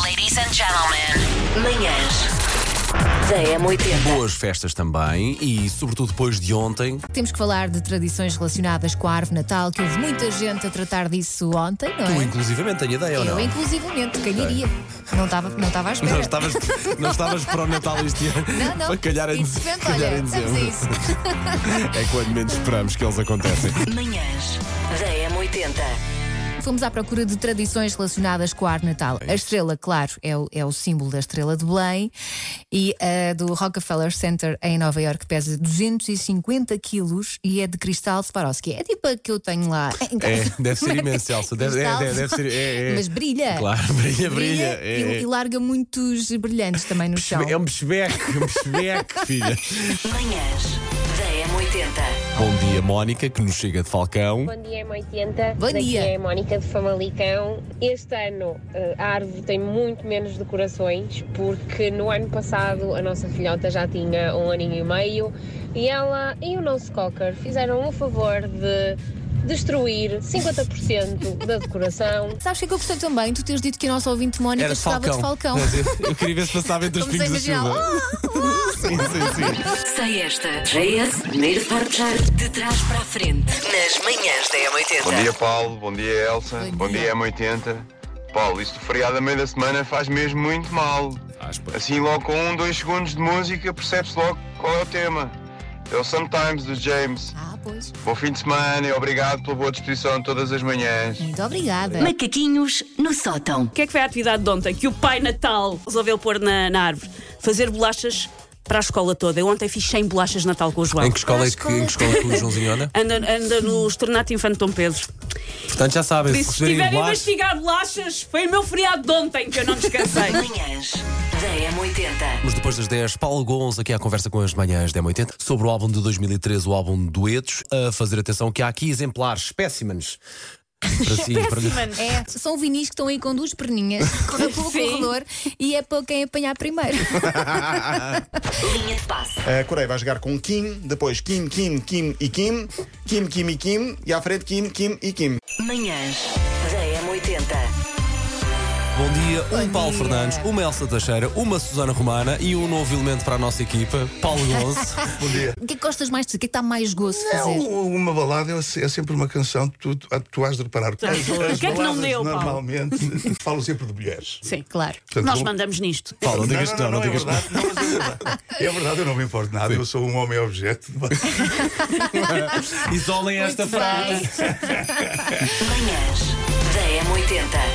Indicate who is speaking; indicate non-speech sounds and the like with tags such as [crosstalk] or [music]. Speaker 1: Ladies and gentlemen, manhãs da M80.
Speaker 2: Boas festas também e, sobretudo, depois de ontem.
Speaker 3: Temos que falar de tradições relacionadas com a árvore natal, que houve muita gente a tratar disso ontem, não
Speaker 2: Tu,
Speaker 3: é?
Speaker 2: inclusivamente, tenho ideia ou
Speaker 3: Eu,
Speaker 2: não?
Speaker 3: inclusivamente, quem diria? Não estava não estava à espera.
Speaker 2: Não estavas, não estavas para o Natal este ano.
Speaker 3: Não, não.
Speaker 2: Para calhar em,
Speaker 3: E de repente,
Speaker 2: calhar
Speaker 3: olha,
Speaker 2: em
Speaker 3: vamos a
Speaker 2: dezembro.
Speaker 3: isso.
Speaker 2: É quando menos esperamos que eles acontecem.
Speaker 1: Manhãs da M80.
Speaker 3: Fomos à procura de tradições relacionadas com a árvore natal. A estrela, claro, é o, é o símbolo da estrela de Belém e a do Rockefeller Center em Nova Iorque pesa 250 quilos e é de cristal Swarovski. É tipo a que eu tenho lá em
Speaker 2: É,
Speaker 3: casa. [laughs]
Speaker 2: deve ser imenso, Elsa. Deve, é,
Speaker 3: Cristal.
Speaker 2: deve- deve ser. é, é.
Speaker 3: Mas brilha.
Speaker 2: Claro, brilha, brilha. é,
Speaker 3: e,
Speaker 2: é.
Speaker 3: e larga muitos brilhantes também no chão.
Speaker 2: É um bechebeque, um bechebeque, filha.
Speaker 1: Manhãs da M80.
Speaker 2: Bom dia, Mónica, que nos chega de Falcão.
Speaker 4: Bom dia, M80.
Speaker 3: Bom
Speaker 4: Daqui
Speaker 3: dia.
Speaker 4: é a Mónica de Famalicão. Este ano eh, a árvore tem muito menos decorações, porque no ano passado a nossa filhota já tinha um aninho e meio e ela e o nosso cocker fizeram o favor de destruir 50% da decoração.
Speaker 3: Sabes o que é que eu gostei também? Tu tens dito que a nossa ouvinte Mónica
Speaker 2: Era de
Speaker 3: gostava
Speaker 2: Falcão.
Speaker 3: de Falcão.
Speaker 2: Mas eu, eu queria ver se passava entre os
Speaker 3: Comecei
Speaker 2: pingos da
Speaker 3: a imaginar,
Speaker 2: chuva. Sim, sim,
Speaker 3: [laughs]
Speaker 2: sim.
Speaker 1: Sei esta. JS, primeiro forjar de trás para a frente. Nas manhãs da M80.
Speaker 5: Bom dia, Paulo. Bom dia, Elsa.
Speaker 3: Bom
Speaker 5: Bom
Speaker 3: dia.
Speaker 5: dia, M80. Paulo, isto do feriado a meio da semana faz mesmo muito mal.
Speaker 2: Aspas.
Speaker 5: Assim, logo com um, dois segundos de música, percebe-se logo qual é o tema. É o Sometimes do James.
Speaker 3: Ah, pois.
Speaker 5: Bom fim de semana e obrigado pela boa disposição todas as manhãs.
Speaker 3: Muito obrigada.
Speaker 1: Macaquinhos no sótão.
Speaker 6: O que é que foi a atividade de ontem que o Pai Natal resolveu pôr na, na árvore? Fazer bolachas para a escola toda. Eu ontem fiz 100 bolachas de Natal com o João.
Speaker 2: Em que escola é que,
Speaker 3: escola.
Speaker 2: em que escola é que o Joãozinho anda?
Speaker 6: Anda, anda no Estornato Infante Dom Pedro.
Speaker 2: Portanto, já sabem,
Speaker 6: E
Speaker 2: se
Speaker 6: se
Speaker 2: receberem
Speaker 6: estiverem a
Speaker 2: bolachas.
Speaker 6: investigar bolachas, foi o meu feriado de ontem que eu
Speaker 2: [laughs]
Speaker 6: não descansei.
Speaker 1: Manhãs da M80.
Speaker 2: Mas depois das 10, Paulo Gonzo aqui à conversa com as manhãs da 80 sobre o álbum de 2013, o álbum Duetos. A fazer atenção que há aqui exemplares, espécimens. Para si, para lhe-
Speaker 3: É, são vinis que estão aí com
Speaker 2: [laughs]
Speaker 3: duas perninhas correm pelo
Speaker 6: Sim.
Speaker 3: corredor e é para quem apanhar primeiro.
Speaker 1: Linha de passe.
Speaker 7: A Coreia vai jogar com Kim, depois Kim, Kim, Kim e Kim, Kim, Kim e Kim, e à frente Kim, Kim e Kim.
Speaker 1: Manhãs da M80.
Speaker 2: Bom dia, um Paulo Fernandes, uma Elsa Teixeira, uma Susana Romana e um novo elemento para a nossa equipa, Paulo [laughs] Gonzo.
Speaker 8: Bom dia.
Speaker 3: O que é que gostas mais de fazer? O que é que está mais gozo de
Speaker 8: É,
Speaker 3: fazer?
Speaker 8: um- uma balada é se- é sempre uma canção que tu, tu, tu has de reparar. As, as
Speaker 6: O que é que não
Speaker 8: baladas
Speaker 6: deu, Paulo? [laughs]
Speaker 8: normalmente falam sempre de mulheres.
Speaker 6: Sim.
Speaker 3: Claro.
Speaker 8: Portanto,
Speaker 6: Nós
Speaker 8: eu-
Speaker 6: mandamos nisto.
Speaker 2: Paulo, não digas que não, não
Speaker 8: é
Speaker 2: digas que
Speaker 8: verdade, não, mas é verdade. É verdade, eu não me importo nada. Eu sou um homem objeto.
Speaker 2: Isolem esta frase.
Speaker 1: Manhãs da M80.